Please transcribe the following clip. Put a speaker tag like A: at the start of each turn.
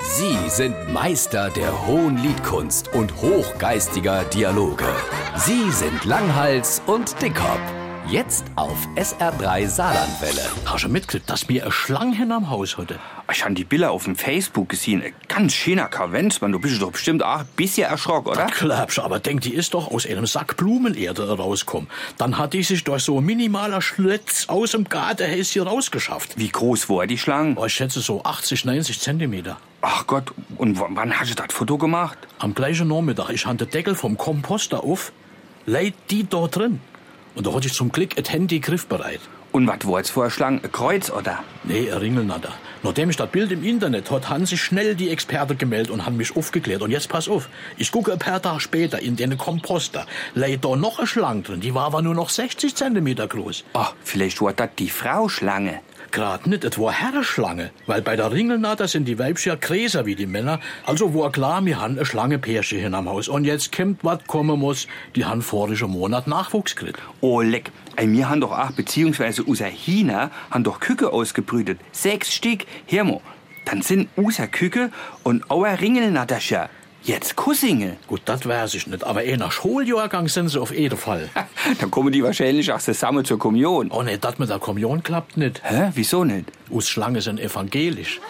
A: Sie sind Meister der hohen Liedkunst und hochgeistiger Dialoge. Sie sind Langhals und Dickhop. Jetzt auf SR3 Saarlandwelle.
B: Hast du mitgekriegt, dass wir eine Schlange haben am Haus heute?
C: Ich habe die Bilder auf dem Facebook gesehen. Ein Ganz schöner Kavenz, man. Du bist doch bestimmt auch ein bisschen erschrocken, oder?
B: Klapsch, aber denk, die ist doch aus einem Sack Blumenerde rausgekommen. Dann hat die sich durch so ein minimaler Schlitz aus dem Gartenhäuschen rausgeschafft.
C: Wie groß war die Schlange?
B: Ich schätze so 80, 90 Zentimeter.
C: Ach Gott, und w- wann hast du das Foto gemacht?
B: Am gleichen Nachmittag, ich hatte den Deckel vom Komposter auf, leid die da drin. Und da hatte ich zum Glück das Handy griffbereit.
C: Und was war jetzt vor der Schlange? Ein Kreuz, oder?
B: Nee, er Ringelnatter. Nachdem ich das Bild im Internet hat, haben sich schnell die Experten gemeldet und haben mich aufgeklärt. Und jetzt pass auf, ich gucke ein paar Tage später in den Komposter, leid da noch eine Schlange drin, die war aber nur noch 60 Zentimeter groß.
C: Ach, vielleicht war das die Frau Schlange.
B: Grad nicht, es war Herrenschlange, weil bei der Ringelnatter sind die Weibchen ja gräser wie die Männer. Also war klar, wir haben eine Schlange Pärchen hin am Haus. Und jetzt kommt, was kommen muss, die haben vorigen Monat Nachwuchs gekriegt.
C: Oh, leck. Ey, Wir haben doch auch, beziehungsweise unser Hina, haben doch Küke ausgebrütet. Sechs Stück. Hermo, dann sind unser Küke und auer Ringelnatterscher. Jetzt Kussingel.
B: Gut, das weiß ich nicht, aber eh nach Schuljahrgang sind sie auf jeden Fall.
C: Dann kommen die wahrscheinlich auch zusammen zur Kommunion.
B: Oh nee, das mit der Kommunion klappt nicht.
C: Hä? Wieso nicht?
B: Us Schlange sind evangelisch.